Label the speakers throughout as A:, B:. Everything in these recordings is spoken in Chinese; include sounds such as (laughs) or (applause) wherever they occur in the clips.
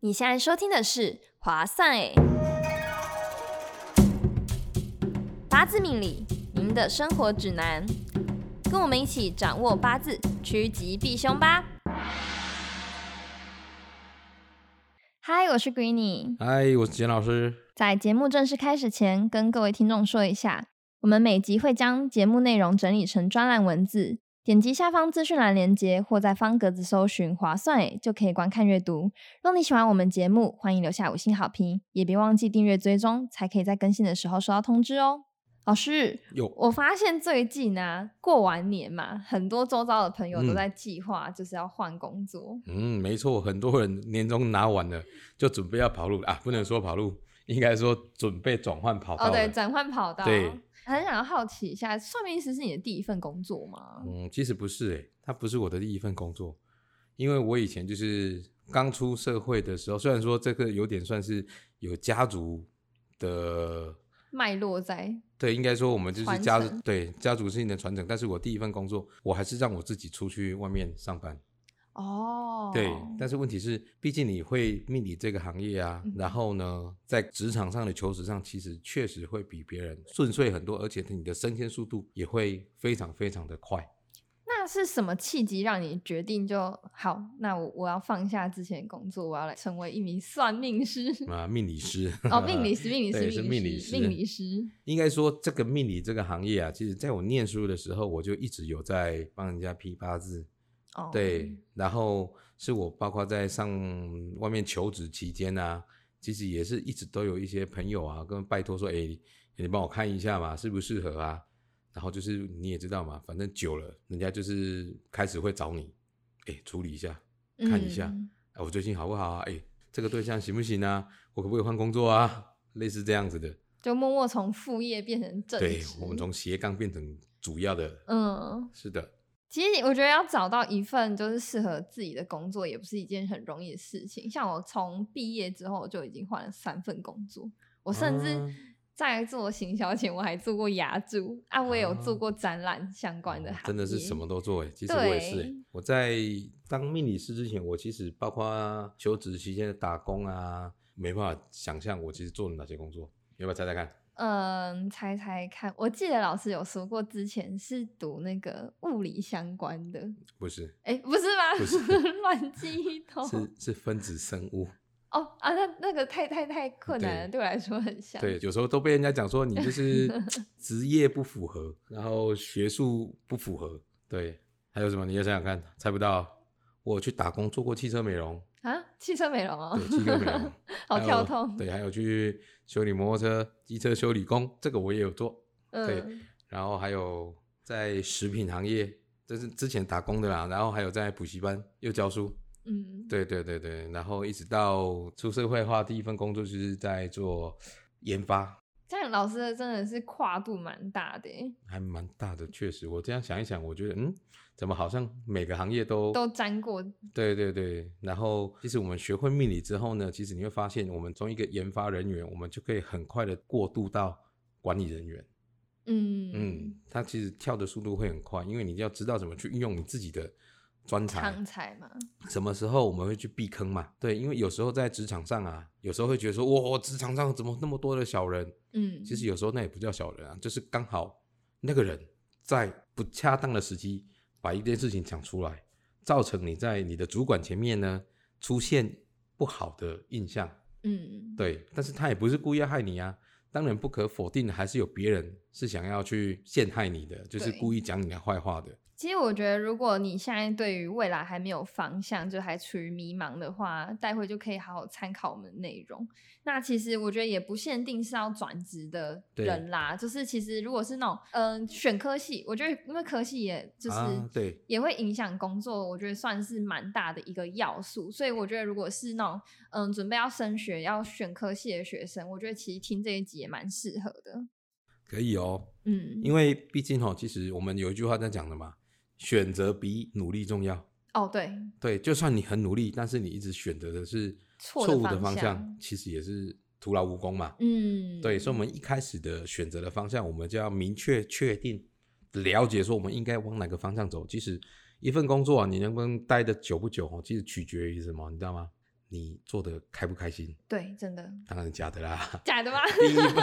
A: 你现在收听的是《划算诶》，八字命理，您的生活指南，跟我们一起掌握八字，趋吉避凶吧。嗨，我是 Greeny。
B: 嗨，哎我是简老师。
A: 在节目正式开始前，跟各位听众说一下，我们每集会将节目内容整理成专栏文字，点击下方资讯栏链接，或在方格子搜寻“划算诶”就可以观看阅读。若你喜欢我们节目，欢迎留下五星好评，也别忘记订阅追踪，才可以在更新的时候收到通知哦。老师，
B: 有
A: 我发现最近啊，过完年嘛，很多周遭的朋友都
B: 嗯
A: 在计划，就是要换工作。
B: 嗯，没错，很多人年终拿完了，就准备要跑路啊，不能说跑路，应该说准备转换跑
A: 哦，
B: 道了。
A: 对，转换跑道。
B: 对
A: 很想要好奇一下，算命师是你的第一份工作吗？
B: 嗯，其实不是诶、它不是我的第一份工作，因为我以前就是刚出社会的时候，虽然说这个有点算是有家族的，
A: 脉络在
B: 对，应该说我们就是
A: 传
B: 家
A: 承
B: 对家族事情的传承，但是我第一份工作，我还是让我自己出去外面上班。
A: 哦，
B: 对，但是问题是，毕竟你会命理这个行业啊，
A: 嗯
B: 然后呢，在职场上的求职上，其实确实会比别人顺遂很多，而且你的升迁速度也会非常非常的快。
A: 那是什么契机让你决定就好？那我我要放下之前的工作，我要来成为一名算命
B: (laughs)
A: 师。
B: 啊，命理师
A: 嗯哦，命理师，命理师，
B: (laughs) 对是
A: 命
B: 命理
A: 师，
B: 师
A: 命理师。
B: 应该说这个命理这个行业啊，其实在我念书的时候，我就一直有在帮人家批八字，
A: 哦，
B: 对，，然后是我包括在上外面求职期间啊，其实也是一直都有一些朋友啊，跟拜托说，哎、你帮我看一下嘛，适不适合啊？然后就是你也知道嘛，反正久了，人家就是开始会找你，哎、处理一下，看一下
A: 嗯
B: 哎、我最近好不好啊？哎、这个对象行不行啊？我可不可以换工作啊？类似这样子的，
A: 就默默从副业变成正
B: 对
A: 职
B: 我们从斜杠变成主要的，
A: 嗯，
B: 是的，
A: 其实我觉得要找到一份就是适合自己的工作，也不是一件很容易的事情。像我从毕业之后我就已经换了三份工作，我甚
B: 啊
A: 至在做行销前，我还做过牙助啊，我也有做
B: 啊
A: 过展览相关的
B: 哦
A: 行业、
B: 真的是什么都做哎、其实我也是、
A: 对
B: 欸，我在当命理师之前，我其实包括求职期间的打工啊，没办法想象我其实做了哪些工作。要不要猜猜看？
A: 嗯，猜猜看，我记得老师有说过，之前是读那个物理相关的，
B: 不是，
A: 哎、不是吗？
B: 不是
A: (laughs) 乱记一通。
B: 是是分子生
A: (laughs)
B: 物。
A: 哦啊，那那个太太太困难了，对我来说很像。
B: 对，，有时候都被人家讲说你
A: (laughs)
B: 就是职业不符合，然后学术不符合。对，还有什么？你要想想看，猜不到。我有去打工做过汽车美容，
A: 啊，汽车美容哦
B: 对，，汽车美容
A: (laughs) 好
B: 还有
A: 跳痛。
B: 对，还有去修理摩托车、机车修理工，这个我也有做。对
A: 嗯，
B: 然后还有在食品行业，这是之前打工的啦，然后还有在补习班又教书，
A: 嗯，
B: 对对对对，然后一直到出社会的话，第一份工作就是在做研发，
A: 这样老师的真的是跨度蛮大的耶，
B: 还蛮大的，确实，我这样想一想，我觉得嗯，怎么好像每个行业都
A: 都沾过。
B: 对对对，然后其实我们学会命理之后呢，其实你会发现，我们从一个研发人员，我们就可以很快的过渡到管理人员。
A: 嗯
B: 嗯，，它其实跳的速度会很快，因为你要知道怎么去运用你自己的专
A: 常
B: 长。
A: 才嘛，
B: 什么时候我们会去避坑嘛？对，因为有时候在职场上啊，有时候会觉得说，哇，职场上怎么那么多的小人？
A: 嗯，
B: 其实有时候那也不叫小人啊，就是刚好那个人在不恰当的时机把一件事情讲出来，造成你在你的主管前面呢出现不好的印象。
A: 嗯，
B: 对，但是他也不是故意要害你啊。当然不可否定的，还是有别人是想要去陷害你的，就是
A: 对
B: 故意讲你的坏话的。
A: 其实我觉得，如果你现在对于未来还没有方向，就还处于迷茫的话，待会就可以好好参考我们的内容。那其实我觉得也不限定是要转职的
B: 对
A: 人啦，就是其实如果是那种嗯、选科系，我觉得因为科系也就是、
B: 啊，对，
A: 也会影响工作，我觉得算是蛮大的一个要素。所以我觉得，如果是那种嗯准备要升学、要选科系的学生，我觉得其实听这一集也蛮适合的。
B: 可以哦。
A: 嗯，
B: 因为毕竟哈，其实我们有一句话在讲的嘛，选择比努力重要。
A: 哦对，
B: 对，就算你很努力，但是你一直选择的是
A: 错
B: 错
A: 的
B: 误的
A: 方
B: 方
A: 向
B: 向，其实也是徒劳无功嘛。
A: 嗯，
B: 对，所以我们一开始的选择的方向，我们就要明确确定，了解说我们应该往哪个方向走。其实一份工作啊，你能不能待的久不久哦，其实取决于什么，你知道吗？你做的开不开心？
A: 对，真的
B: 当然假的啦。
A: 假的吗？？
B: 第一步，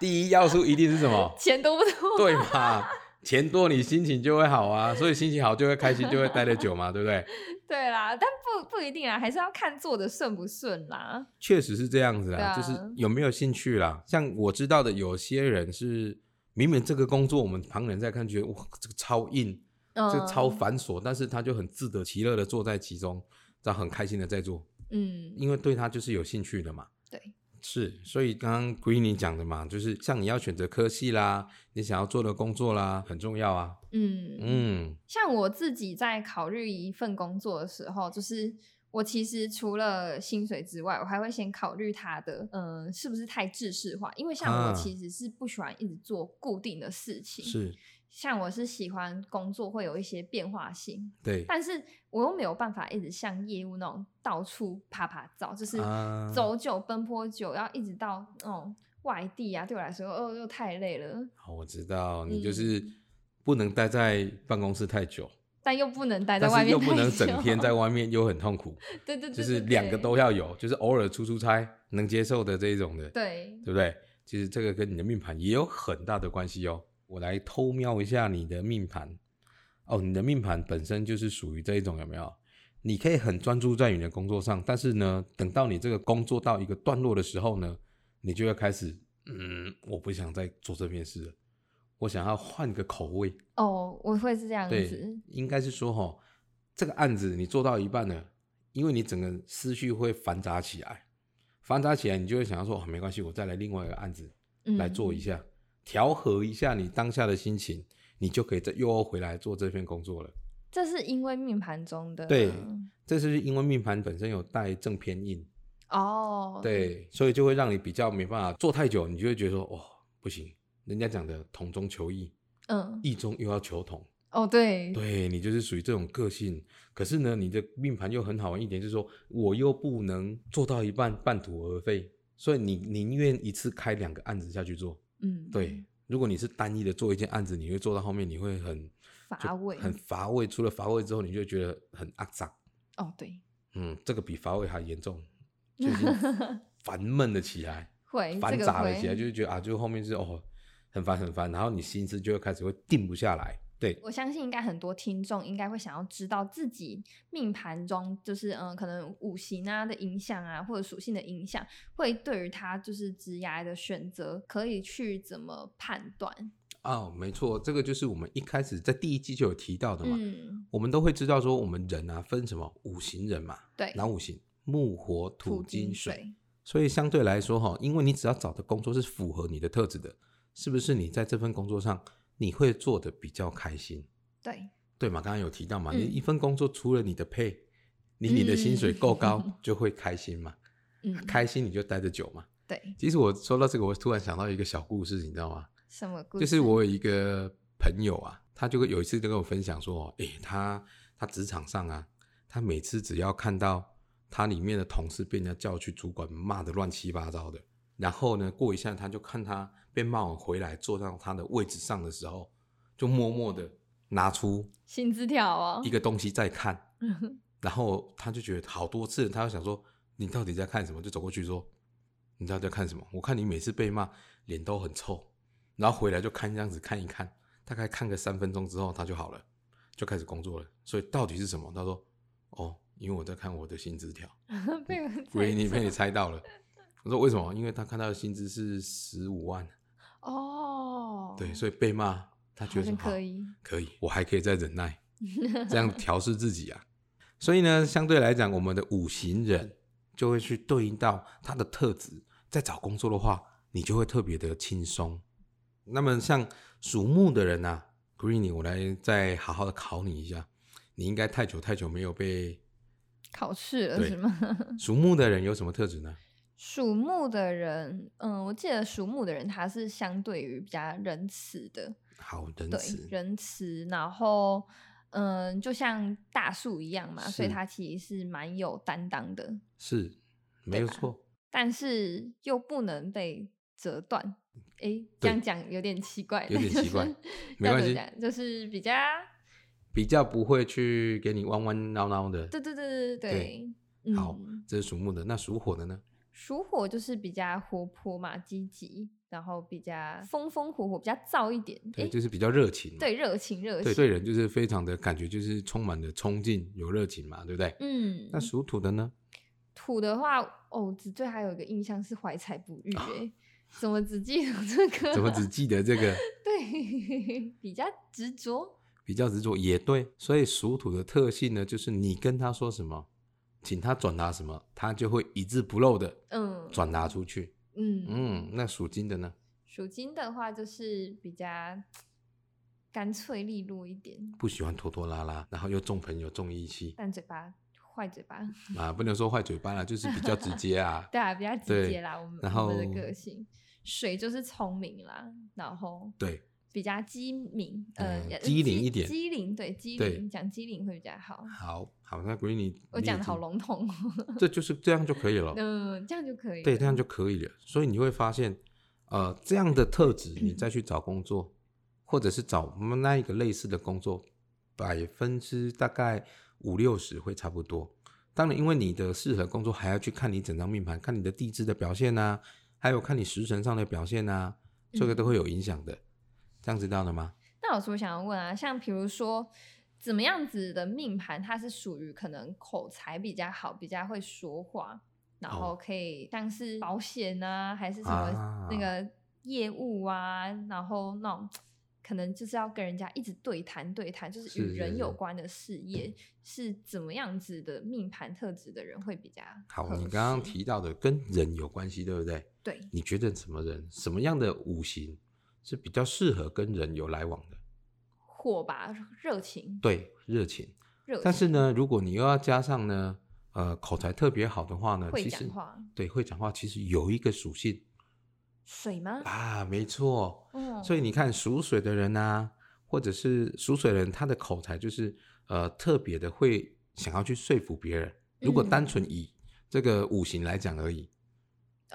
B: 第一要素一定是什么
A: 钱多不多？ (laughs)
B: 对嘛？钱多你心情就会好啊，所以心情好就会开心，就会待得久嘛，对不对？
A: 对啦，但不不一定啊啦，还是要看做的顺不顺啦。
B: 确实是这样子
A: 对
B: 啦，
A: 啊
B: 就是有没有兴趣啦。像我知道的，有些人是明明这个工作我们旁人在看，觉得哇，这个超硬，
A: 嗯，
B: 这个超繁琐，但是他就很自得其乐的坐在其中，然后很开心的在做，
A: 嗯，
B: 因为对他就是有兴趣的嘛。
A: 对，
B: 是，所以刚刚 Greeny 讲的嘛，就是像你要选择科系啦，你想要做的工作啦，很重要啊。
A: 嗯嗯，
B: 嗯，
A: 像我自己在考虑一份工作的时候，就是我其实除了薪水之外，我还会先考虑它的，嗯、是不是太制式化？因为像
B: 啊
A: 我其实是不喜欢一直做固定的事情，
B: 嗯是
A: 像我是喜欢工作会有一些变化性，
B: 对，
A: 但是我又没有办法一直像业务那种到处爬爬照，就是
B: 啊
A: 走久奔波久，要一直到嗯外地啊，对我来说哦又太累了，
B: 好，我知道你就
A: 嗯
B: 是不能待在办公室太久，
A: 但又不能待在
B: 但
A: 外
B: 是
A: 面
B: 又
A: 太久，
B: 不能整天在外面，又很痛苦，
A: (laughs) 对 (laughs) 对对，
B: 就
A: 对
B: 是两个
A: 对
B: 都要有，就是偶尔出出差能接受的这一种的，
A: 对
B: 对不对？其实这个跟你的命盘也有很大的关系哦。我来偷瞄一下你的命盘，哦，你的命盘本身就是属于这一种，有没有？你可以很专注在你的工作上，但是呢，等到你这个工作到一个段落的时候呢，你就会开始，嗯，我不想再做这件事了，我想要换个口味。
A: 哦，我会是这样
B: 对
A: 子，，
B: 应该是说哈、这个案子你做到一半了，因为你整个思绪会繁杂起来，繁杂起来，你就会想要说，哦，没关系，我再来另外一个案子
A: 嗯
B: 来做一下，调和一下你当下的心情，你就可以再又回来做这份工作了。
A: 这是因为命盘中的
B: 对这是因为命盘本身有带正偏印，
A: 哦，
B: 对，所以就会让你比较没办法做太久，你就会觉得说，哦，不行，人家讲的同中求异，
A: 嗯
B: 异中又要求同。
A: 哦对
B: 对你就是属于这种个性，可是呢，你的命盘又很好玩一点，就是说我又不能做到一半半途而废，所以你宁愿一次开两个案子下去做。
A: 嗯
B: 对，如果你是单一的做一件案子，你会做到后面你会很就
A: 乏味
B: 很乏味。除了乏味之后，你就觉得很肮脏。
A: 哦对
B: 嗯，这个比乏味还严重，
A: (laughs)
B: 就已经烦闷了起来，
A: 会
B: 繁
A: 这个
B: 杂了
A: 会
B: 起来，就是觉得啊，就后面是哦很烦很烦，然后你心思就会开始会定不下来。对，
A: 我相信应该很多听众应该会想要知道自己命盘中就是嗯、呃可能五行啊的影响啊，或者属性的影响，会对于他就是职涯的选择可以去怎么判断？
B: 哦，没错，这个就是我们一开始在第一季就有提到的嘛。
A: 嗯，
B: 我们都会知道说，我们人啊分什么五行人嘛，
A: 对，
B: 哪五行？木、火、土、
A: 土
B: 金、
A: 金
B: 水。，所以相对来说哈，因为你只要找的工作是符合你的特质的，是不是你在这份工作上你会做的比较开心？
A: 对，
B: 对嘛？刚刚有提到嘛，你
A: 嗯
B: 一份工作除了你的配，你你的薪水够高、
A: (laughs) 嗯
B: 就会开心嘛，
A: 嗯，
B: 开心你就待得久嘛。
A: 对，
B: 其实我说到这个，我突然想到一个小故事，你知道吗？
A: 什么故事？
B: 就是我有一个朋友啊，他就有一次就跟我分享说，诶、他他职场上啊，他每次只要看到他里面的同事被人家叫去主管骂的乱七八糟的，然后呢，过一下他就看他被骂完回来坐到他的位置上的时候，就默默的拿出
A: 薪资条哦
B: 一，个东西在看，
A: 嗯
B: 然后他就觉得好多次，他就想说你到底在看什么？就走过去说你到底在看什么？我看你每次被骂脸都很臭，然后回来就看这样子看一看，大概看个三分钟之后他就好了，就开始工作了。所以到底是什么？他说哦，因为我在看我的
A: (laughs)
B: 薪资条，
A: (laughs) 被我猜
B: 喂，你
A: 中
B: 被你猜到了。我说为什么？因为他看到的薪资是十五万，
A: 哦，
B: 对，所以被骂他
A: 好
B: 觉得说
A: 像
B: 好
A: 可以，
B: 可以，我还可以再忍耐，这样调试自己啊。所以呢，相对来讲，我们的五行人就会去对应到他的特质，在找工作的话，你就会特别的轻松。那么像属木的人啊，Greeny，我来再好好的考你一下，你应该太久太久没有被
A: 考试了
B: 对
A: 是吗？ (laughs)
B: 属木的人有什么特质呢？
A: 属木的人，嗯，我记得属木的人他是相对于比较仁慈的，
B: 好仁
A: 对，
B: 慈，
A: 仁慈，然后嗯，就像大树一样嘛，所以
B: 是
A: 他其实是蛮有担当的，
B: 是没有
A: 吧
B: 错。
A: 但是又不能被折断。诶，这
B: 对
A: 样讲有点奇怪， (laughs)
B: 有点奇怪，没关系
A: 系，就是比较，
B: 比较不会去给你弯弯绕绕的，
A: 对对对对对
B: 对
A: 对，
B: 好
A: 嗯
B: 这是属木的。那属火的呢？
A: 属火就是比较活泼嘛，积极，然后比较风风火火，比较燥一点。
B: 对，
A: 诶
B: 就是比较热情嘛。
A: 对，热情热情。
B: 对对人就是非常的感觉，就是充满了冲劲，有热情嘛，对不对？
A: 嗯，
B: 那属土的呢？
A: 土的话，哦，只对还有一个印象是怀才不遇、欸，怎么只记得这个、
B: 啊怎么只？记得这个？
A: (laughs) 对， (laughs) 比较执着。
B: 比较执着也对，所以属土的特性呢，就是你跟他说什么，请他转达什么，他就会一字不漏的
A: 嗯，
B: 转达出去。
A: 嗯
B: 嗯，那属金的呢，
A: 属金的话就是比较干脆利落一点，
B: 不喜欢拖拖拉拉，然后又重朋友重
A: (laughs)
B: 义气
A: 但嘴巴坏嘴巴，。
B: 啊，不能说坏嘴巴啦，就是比较直接啊
A: (laughs) 对啊，比较直
B: 对
A: 接啦。我们
B: 然
A: 我们
B: 后
A: 的个性，水就是聪明啦，然后
B: 对
A: 比较机敏，呃
B: 嗯，
A: 也
B: 机灵
A: 机
B: 一点
A: 机灵对机
B: 对
A: 灵，讲机灵会比较好。
B: 好好，那闺女，
A: 我
B: 你
A: 讲
B: 已
A: 的好
B: 经，
A: 笼统哦， (laughs)
B: 这就是这样就可以了。
A: 嗯，这样就可以了。
B: 对，这样就可以了。所以你会发现，呃，这样的特质，你再去找工作，或者是找我们那一个类似的工作，百分之大概五六十会差不多。当然，因为你的适合工作，还要去看你整张命盘，看你的地支的表现呐、还有看你时辰上的表现呐、这个都会有影响的。这样知道了吗？
A: 那老师，我想要问啊，像比如说，怎么样子的命盘，它是属于可能口才比较好，比较会说话，然后
B: 哦
A: 可以像是保险啊，还是什么那
B: 啊
A: 个业务啊，然后那种可能就是要跟人家一直对谈对谈，就是
B: 是
A: 与人
B: 是
A: 有
B: 是
A: 关的事业，是怎么样子的命盘特质的人会比较
B: 好，
A: 合
B: 你刚刚
A: 适
B: 提到的跟人有关系，对不对？
A: 对
B: 你觉得什么人，什么样的五行是比较适合跟人有来往的？
A: 火吧，热情，
B: 对，热情。
A: 热情，
B: 但是呢，如果你又要加上呢，呃，口才特别好的话呢，
A: 会
B: 其
A: 讲
B: 实
A: 话，
B: 对会讲话，其实有一个属性
A: 水吗？
B: 啊，没错。
A: 嗯，
B: 所以你看属水的人啊，或者是属水人，他的口才就是呃特别的会想要去说服别人。如果
A: 嗯
B: 单纯以这个五行来讲而已，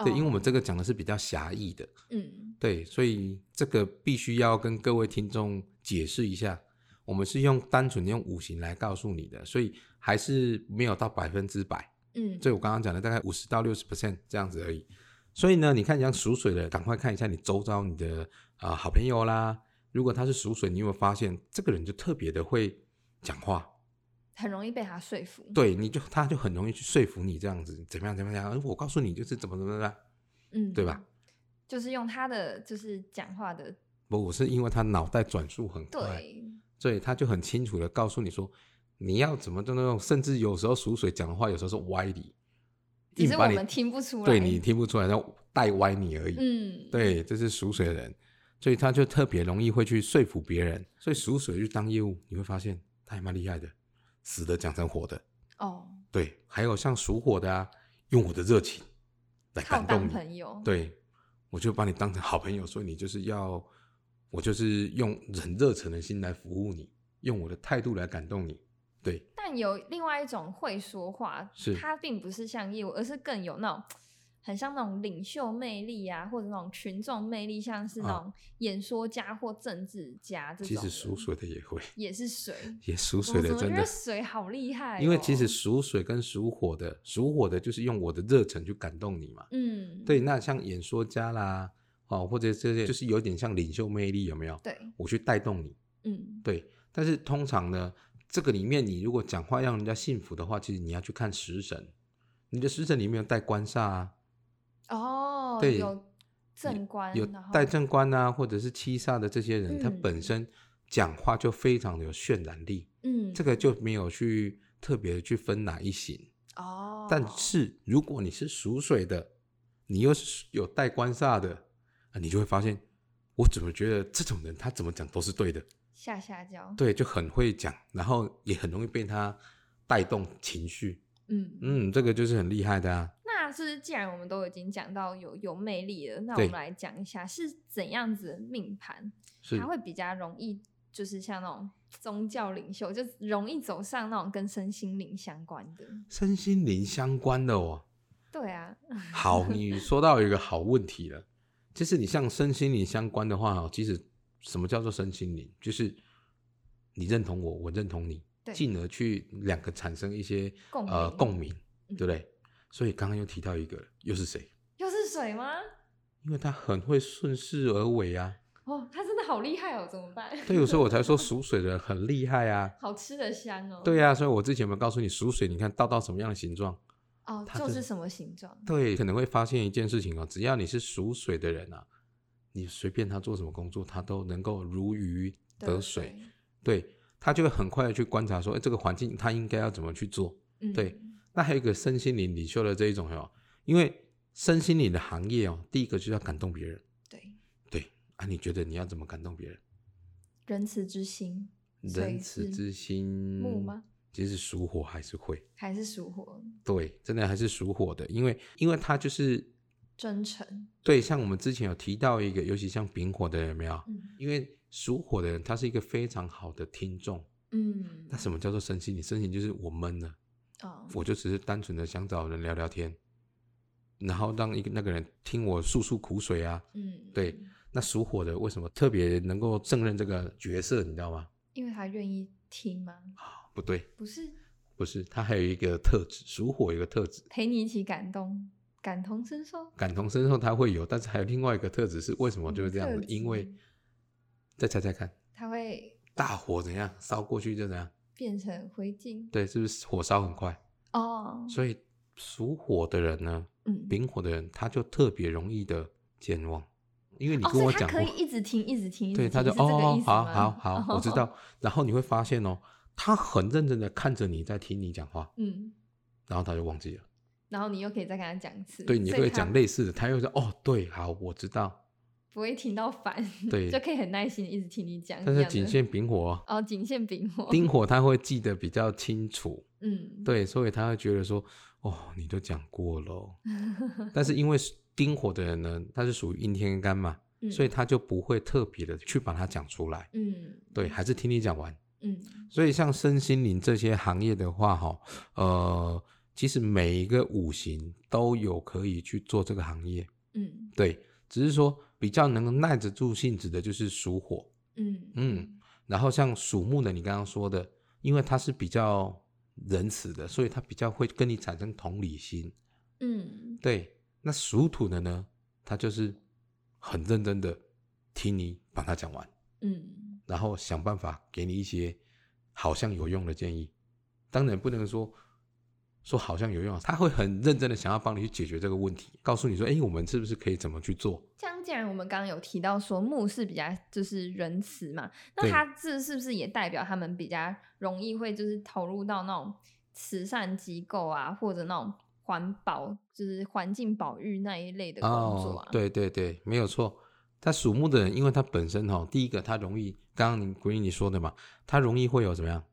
B: 对，因为我
A: 为
B: 们这个讲的是比较狭义的，
A: 哦嗯。
B: 对，所以这个必须要跟各位听众解释一下，我们是用单纯的用五行来告诉你的，所以还是没有到百分之百。
A: 嗯，
B: 所以我刚刚讲的大概五十到六十 percent 这样子而已。所以呢，你看像属水的，赶快看一下你周遭你的啊、呃好朋友啦，如果他是属水，你有没有发现这个人就特别的会讲话？
A: 很容易被他说服。
B: 对，你就他就很容易去说服你这样子，怎么样怎么样？哎我告诉你就是怎么怎么怎么样。
A: 嗯，
B: 对吧？
A: 就是用他的就是讲话的
B: 不，我是因为他脑袋转速很快。
A: 对，
B: 所以他就很清楚的告诉你说，你要怎么都能用，甚至有时候属水讲的话，有时候是歪理，
A: 只
B: 硬
A: 是我
B: 把你
A: 们听不出来。
B: 对你听不出来，然后带歪你而已。
A: 嗯，
B: 对，这是属水的人，所以他就特别容易会去说服别人。所以属水去当业务，你会发现他还蛮厉害的，死的讲成活的。
A: 哦，
B: 对，还有像属火的啊，用我的热情来
A: 靠
B: 感动
A: 当
B: 你。
A: 朋友。，
B: 对，我就把你当成好朋友，所以你就是要，我就是用很热忱的心来服务你，用我的态度来感动你。对，
A: 但有另外一种会说话，
B: 是
A: 他并不是像业务，而是更有那种。很像那种领袖魅力啊，或者那种群众魅力，像是那
B: 啊
A: 种演说家或政治家这种
B: 其
A: 的。
B: 实属水的也会，
A: 也是水，
B: 也属
A: 我
B: 水的
A: 怎么
B: 真
A: 觉得
B: 的，
A: 水好厉害哦、
B: 因为其实属水跟属火的，属火的就是用我的热忱去感动你嘛。
A: 嗯，
B: 对，那像演说家啦，哦，或者这些就是有点像领袖魅力，有没有？
A: 对，
B: 我去带动你。
A: 嗯
B: 对，但是通常呢，这个里面你如果讲话让人家信服的话，其实你要去看食神，你的食神里面有带官煞啊，
A: 哦，
B: 对
A: 有正官，
B: 有
A: 然后
B: 带正官啊，或者是七煞的这些人，他
A: 嗯
B: 本身讲话就非常的有渲染力，
A: 嗯，
B: 这个就没有去特别地去分哪一行。
A: 哦，
B: 但是如果你是属水的，你又是有带官煞的，啊你就会发现，我怎么觉得这种人他怎么讲都是对的。
A: 下下焦，，
B: 对，就很会讲，然后也很容易被他带动情绪。
A: 嗯嗯。
B: 嗯，这个就是很厉害的啊。
A: 那是既然我们都已经讲到有有魅力了，那我
B: 对
A: 们来讲一下是怎样子的命盘，
B: 是
A: 它会比较容易，就是像那种宗教领袖，就容易走上那种跟身心灵相关的。
B: 身心灵相关的哦。
A: 对啊，
B: 好，你说到一个好问题了，就是你像身心灵相关的话哦，其实什么叫做身心灵？就是你认同我，我认同你
A: 对，
B: 进而去两个产生一些
A: 共
B: 呃
A: 鸣嗯
B: 共鸣。对不对？所以刚刚又提到一个了，又是谁？
A: 又是水吗？
B: 因为他很会顺势而为啊。
A: 哦，他真的好厉害哦，怎么办？ (laughs)
B: 对，所以我才说属水的人很厉害啊。
A: 好吃的香哦。
B: 对啊，所以我之前有没有告诉你属水，你看倒到什么样的形状？
A: 哦，
B: 他
A: 就是
B: 真的
A: 什么形状？
B: 对，可能会发现一件事情哦，只要你是属水的人啊，你随便他做什么工作，他都能够如鱼得水。，对，他就会很快的去观察说，哎，这个环境他应该要怎么去做。
A: 嗯
B: 对，那还有一个身心灵领袖的这一种哦，因为身心灵的行业哦，第一个就是要感动别人。
A: 对，
B: 对啊，你觉得你要怎么感动别人？
A: 仁慈之心，所以
B: 仁慈
A: 是
B: 之心
A: 木吗？
B: 其实属火还是会，
A: 还是属火，
B: 对，真的还是属火的，因为因为它就是
A: 真诚。
B: 对，像我们之前有提到一个，尤其像丙火的人有没有？
A: 嗯
B: 因为属火的人，他是一个非常好的听众。
A: 嗯
B: 那，什么叫做身心灵？身心就是我闷了，
A: 哦，
B: 我就只是单纯的想找人聊聊天，然后让一个那个人听我诉诉苦水啊。
A: 嗯，
B: 对，那属火的为什么特别能够胜任这个角色？你知道吗？
A: 因为他愿意听吗？
B: 不对，
A: 不是
B: 不是，他还有一个特质，属火有一个特质，
A: 陪你一起感动，感同身受。
B: 感同身受他会有，但是还有另外一个特质是为什么就
A: 嗯
B: 是这样
A: 特
B: 子？因
A: 质
B: 为再猜猜看，
A: 他会
B: 大火怎样烧过去就怎样，
A: 变成灰烬。
B: 对，是不是火烧很快？
A: 哦，
B: 所以属火的人呢，
A: 嗯，
B: 丙火的人他就特别容易的健忘，因为你
A: 哦，
B: 跟
A: 所
B: 我
A: 以他
B: 讲过，
A: 可以一直听，一直听，一直
B: 对，
A: 听
B: 他就是
A: 这个
B: 哦
A: 意，思
B: 好
A: 吗
B: 好好，我知。
A: 哦
B: 道。然后你会发现哦，他很认真的看着你在听你讲话，
A: 嗯，
B: 然后他就忘记了。
A: 然
B: 然
A: 后你又可以再跟他讲一次，
B: 对你
A: 所
B: 就
A: 以
B: 会
A: 他
B: 讲类似的，他又说哦，对，好，我知道，
A: 不会听到烦，
B: 对
A: (laughs) 就可以很耐心的一直听你讲一样
B: 但
A: 的。
B: 是仅限丙火哦。
A: 哦，仅限丙火，
B: 丁火他会记得比较清楚，
A: (laughs) 嗯，
B: 对，所以他会觉得说，哦，你都讲
A: (laughs)
B: 过喽。但是因为是丁火的人呢，他是属于阴天干嘛，
A: 对
B: 所以他就不会特别的去把它讲出来。
A: 嗯
B: 对，还是听你讲完。
A: 嗯
B: 所以像身心灵这些行业的话，哈，呃，其实每一个五行都有可以去做这个行业。
A: 嗯
B: 对，只是说比较能够耐得住性子的就是属火，
A: 嗯
B: 嗯，然后像属木的，你刚刚说的，因为它是比较仁慈的，所以它比较会跟你产生同理心。
A: 嗯
B: 对，那属土的呢，他就是很认真的听你把它讲完，
A: 嗯，
B: 然后想办法给你一些好像有用的建议。当然不能说说好像有用啊，他会很认真的想要帮你去解决这个问题，告诉你说，哎，我们是不是可以怎么去做？
A: 像既然我们刚刚有提到说木是比较就是仁慈嘛，那
B: 对
A: 它这是不是也代表他们比较容易会就是投入到那种慈善机构啊，或者那种环保就是环境保育那一类的工作啊？
B: 哦。，对对对，没有错。他属木的人，因为他本身哈、哦，第一个他容易，刚刚你古英你说的嘛，他容易会有怎么样？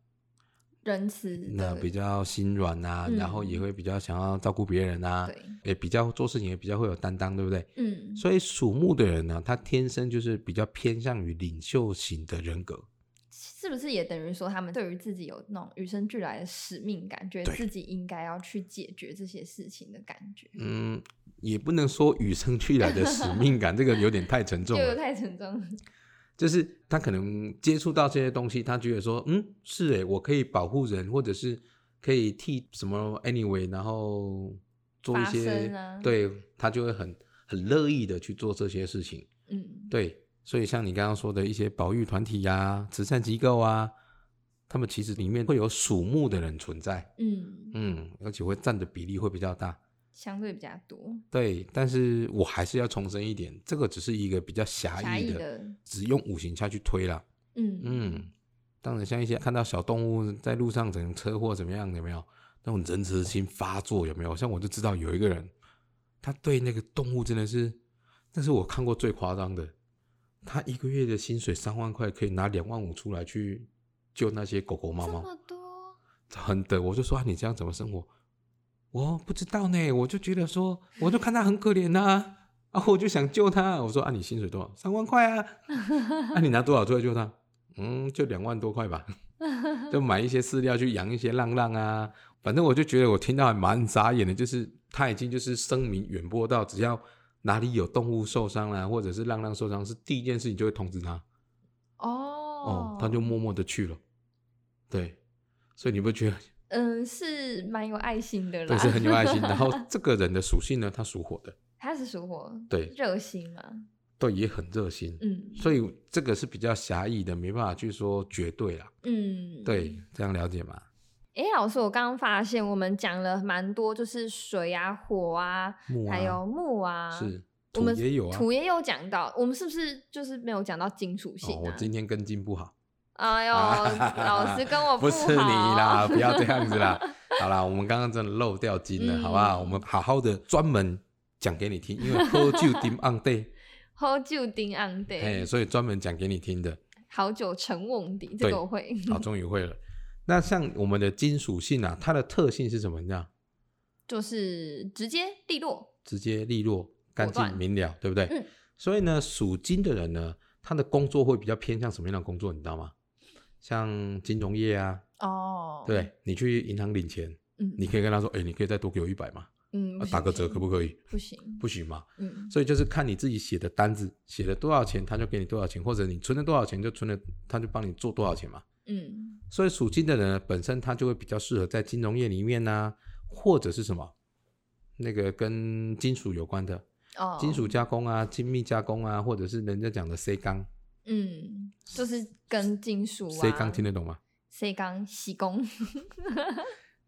A: 仁慈
B: 那
A: 的
B: 比较心软呐、然后也
A: 嗯
B: 会比较想要照顾别人呐、
A: 对，
B: 也比较做事情也比较会有担当，对不对？
A: 嗯
B: 所以属木的人呢，他天生就是比较偏向于领袖型的人格。
A: 是不是也等于说他们对于自己有那种与生俱来的使命感，觉得
B: 对
A: 自己应该要去解决这些事情的感觉？
B: 嗯，也不能说与生俱来的
A: (laughs)
B: 使命感，这个有点太沉
A: 就
B: 重
A: 有
B: 了。
A: 太沉重了。
B: (laughs) 就是他可能接触到这些东西，他觉得说，嗯，是诶，我可以保护人，或者是可以替什么 anyway，然后做一
A: 发
B: 些，
A: 声啊
B: 对他就会很很乐意的去做这些事情。
A: 嗯，
B: 对，所以像你刚刚说的一些保育团体呀、慈善机构啊，他们其实里面会有属木的人存在，
A: 嗯，
B: 嗯，而且会占的比例会比较大。
A: 相对比较多，
B: 对，但是我还是要重申一点，这个只是一个比较狭
A: 狭
B: 义
A: 义
B: 的，
A: 的，
B: 只用五行下去推啦。
A: 嗯
B: 嗯，当然像一些看到小动物在路上可能车祸怎么样，有没有那种仁慈心发作？有没有？像我就知道有一个人，他对那个动物真的是，那是我看过最夸张的。他一个月的薪水三万块，可以拿两万五出来去救那些狗狗猫
A: 这
B: 猫，
A: 么多，
B: 很的。我就说、啊、你这样怎么生活？我不知道呢，我就觉得说，我就看他很可怜呐、啊，我就想救他。我说啊，你薪水多少？三万块啊，那、你拿多少出来救他？嗯，就两万多块吧，就买一些饲料去养一些浪浪啊。反正我就觉得我听到还蛮傻眼的，就是他已经就是声名远播到，只要哪里有动物受伤啦、或者是浪浪受伤，是第一件事情就会通知他。哦
A: 哦
B: 哦，他就默默的去了。对，所以你不觉得
A: 嗯，是蛮有爱心的啦，
B: 对，是很有爱心。然后这个人的属性呢，他属火的，
A: (laughs) 他是属火，
B: (laughs) 对
A: 热心嘛，
B: 对，也很热心，
A: 嗯
B: 所以这个是比较狭义的，没办法去说绝对啦。
A: 嗯，
B: 对，这样了解吗？
A: 哎，老师，我刚刚发现我们讲了蛮多，就是水啊、火啊，
B: 木啊，
A: 还有木啊，
B: 是
A: 我
B: 土
A: 们
B: 也有啊。
A: 土也有讲到。我们是不是就是没有讲到金属性
B: 哦，我
A: 啊？
B: 今天跟进不好，
A: 哎
B: (laughs)
A: 呦，老师跟我
B: 不
A: 哦好
B: 是你啦，不要这样子
A: (laughs)
B: 啦。好啦，我们刚刚真的漏掉金了，
A: 嗯
B: 好不好？我们好好的专门讲给你听，因为
A: (laughs)
B: 喝酒 d 暗 day，
A: 好酒丁昂
B: 哎，
A: 对，
B: 所以专门讲给你听的。
A: 好酒成瓮底，这
B: 对
A: 个我会。
B: 好，终于会了。那像我们的金属性啊，它的特性是什么呢？
A: 就是直接利落，
B: 直接利落、干净、
A: 断
B: 明了，对不对？
A: 嗯
B: 所以呢，属金的人呢，他的工作会比较偏向什么样的工作？你知道吗？像金融业啊，
A: 哦，
B: 对，你去银行领钱，
A: 嗯，
B: 你可以跟他说：“哎、你可以再多给我一百嘛，
A: 嗯
B: 啊打个折可不可以？”
A: 不行，
B: 不行嘛，
A: 嗯
B: 所以就是看你自己写的单子，写了多少钱，他就给你多少钱，或者你存了多少钱，就存了，他就帮你做多少钱嘛。
A: 嗯
B: 所以属金的人呢本身他就会比较适合在金融业里面呐、或者是什么那个跟金属有关的，
A: 哦，
B: 金属加工啊、精密加工啊，或者是人家讲的 C 钢
A: 嗯，就是跟金属啊
B: ，C 钢听得懂吗？
A: C 钢洗工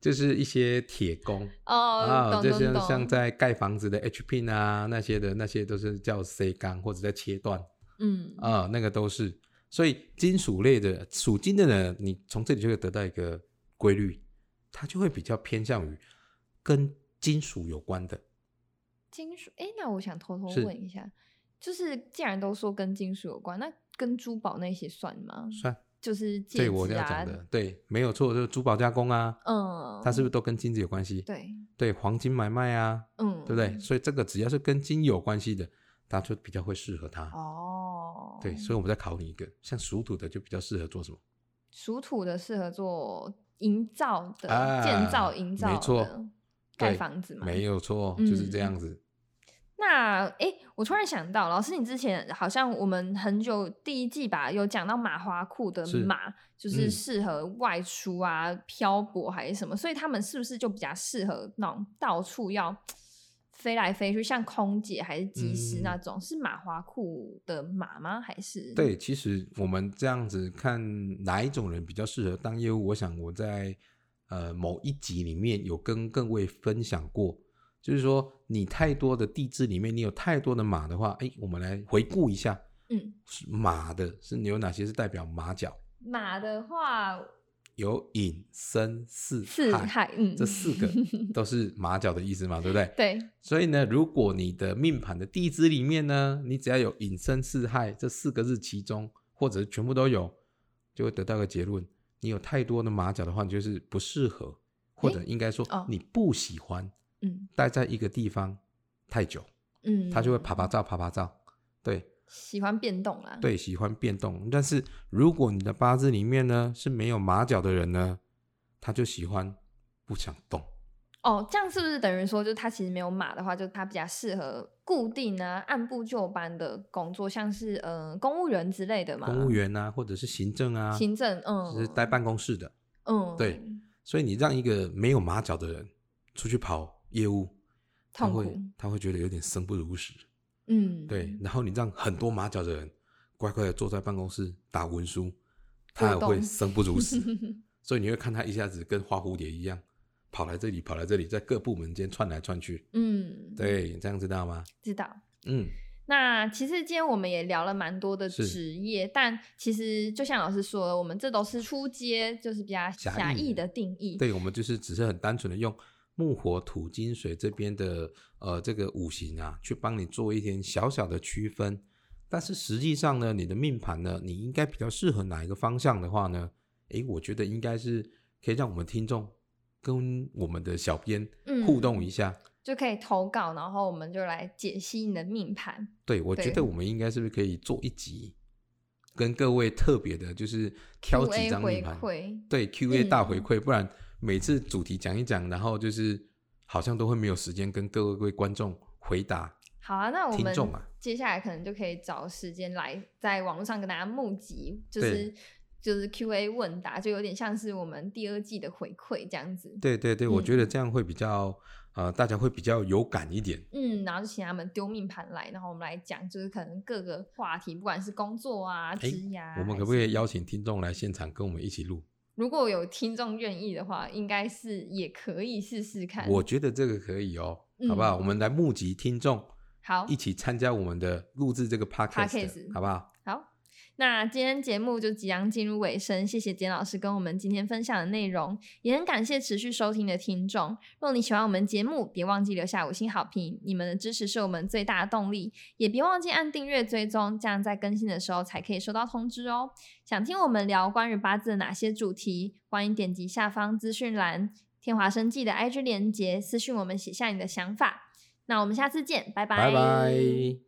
B: 就是一些铁工
A: 哦，懂
B: 就
A: 懂
B: 像
A: 懂，
B: 啊像在盖房子的 H pin 啊那些的，那些都是叫 C 钢或者在切断
A: 嗯
B: 啊、那个都是。所以金属类的属金的人，你从这里就会得到一个规律，它就会比较偏向于跟金属有关的。
A: 金属，哎，那我想偷偷
B: 是
A: 问一下，就是既然都说跟金属有关，那跟珠宝那些算吗？
B: 算，
A: 就是戒
B: 对我
A: 指
B: 要
A: 啊
B: 讲，的，对，没有错，就是珠宝加工啊，
A: 嗯，
B: 它是不是都跟金子有关系？
A: 对，
B: 对，黄金买卖啊，
A: 嗯，
B: 对不对？？所以这个只要是跟金有关系的，它就比较会适合它。
A: 哦，
B: 对，所以我们再考你一个，像属土的就比较适合做什么？
A: 属土的适合做营造的、
B: 啊
A: 建造、营造的，
B: 没错
A: 盖
B: 对
A: 房子嘛。
B: 没有错，哦
A: 嗯
B: 就是这样子。
A: 那哎、诶我突然想到，老师，你之前好像我们很久第一季吧，有讲到马华裤的
B: 是
A: 马，就是
B: 嗯
A: 适合外出啊、漂泊还是什么，所以他们是不是就比较适合那种到处要飞来飞去，像空姐还是机师
B: 嗯
A: 那种？是马华裤的马吗？还是
B: 对，其实我们这样子看哪一种人比较适合当业务，我想我在呃某一集里面有跟各位分享过，就是说你太多的地支里面你有太多的马的话，哎，我们来回顾一下
A: 嗯，
B: 是马的是有哪些是代表马脚，
A: 马的话，
B: 有寅、申、巳、
A: 四
B: 亥。
A: 亥，嗯，
B: 这四
A: (laughs)
B: 个都是马脚的意思嘛，对不对？
A: 对，
B: 所以呢，如果你的命盘的地支里面呢，你只要有引申四害这四个日其中，或者是全部都有，就会得到个结论：你有太多的马脚的话，你就是不适合，或者应该说
A: 哦
B: 你不喜欢
A: 嗯
B: 待在一个地方太久，
A: 嗯，
B: 它就会爬爬照爬爬照。对
A: 喜欢变动啦，，
B: 对，喜欢变动。但是如果你的八字里面呢是没有马脚的人呢，他就喜欢不想动。
A: 哦，这样是不是等于说，就是他其实没有马的话，就他比较适合固定啊、按部就班的工作，像是呃公务员之类的嘛，
B: 公务、员啊，或者是行政啊，
A: 行政，嗯，
B: 就是待办公室的。
A: 嗯，
B: 对，所以你让一个没有马脚的人出去跑业务，他
A: 痛苦
B: 会他会觉得有点生不如死。
A: 嗯，
B: 对，，然后你让很多马脚的人乖乖的坐在办公室打文书，他也
A: 不
B: 会
A: 动
B: 生不如
A: (laughs)
B: 死。所以你会看他一下子跟花蝴蝶一样，跑来这里，跑来这里，在各部门间窜来窜去。
A: 嗯，，
B: 对，这样知道吗？
A: 知道。
B: 嗯，
A: 那其实今天我们也聊了蛮多的
B: 是
A: 职业，但其实就像老师说的，我们这都是初阶，就是比较
B: 狭
A: 狭
B: 义
A: 义的定义。
B: 对，我们就是只是很单纯的用木火土金水这边的呃这个五行啊，去帮你做一点小小的区分。但是实际上呢，你的命盘呢，你应该比较适合哪一个方向的话呢？诶，我觉得应该是可以让我们听众跟我们的小编互动一下。
A: 嗯就可以投稿，然后我们就来解析你的命盘。
B: 对，我觉
A: 对
B: 得我们应该是不是可以做一集，跟各位特别的，就是挑
A: Q&A
B: 几张
A: 回
B: 命盘，
A: 馈，
B: 对 Q&A 大回
A: 嗯
B: 馈，不然每次主题讲一讲，然后就是好像都会没有时间跟各位观众回答。
A: 好啊，那我
B: 听
A: 们
B: 众啊
A: 接下来可能就可以找时间来在网络上跟大家募集，就
B: 对
A: 是就是 Q&A 问答，就有点像是我们第二季的回馈这样子。
B: 对对对，我
A: 嗯
B: 觉得这样会比较呃，大家会比较有感一点。
A: 嗯，然后就请他们丢命盘来，然后我们来讲，就是可能各个话题，不管是工作啊、职
B: 哎
A: 业啊，
B: 我们
A: 还
B: 可不可
A: 是
B: 以邀请听众来现场跟我们一起录？
A: 如果有听众愿意的话，应该是也可以试试看。
B: 我觉得这个可以哦，好不
A: 嗯
B: 好？我们来募集听众
A: 好
B: 一起参加我们的录制这个 podcast，
A: Podcast
B: 好不好？
A: 好，那今天节目就即将进入尾声，谢谢简老师跟我们今天分享的内容，也很感谢持续收听的听众。若你喜欢我们节目，别忘记留下五星好评，你们的支持是我们最大的动力，也别忘记按订阅追踪，这样在更新的时候才可以收到通知哦。想听我们聊关于八字的哪些主题？欢迎点击下方资讯栏天华生记的 IG 连结，私讯我们写下你的想法。那我们下次见，拜
B: 拜拜。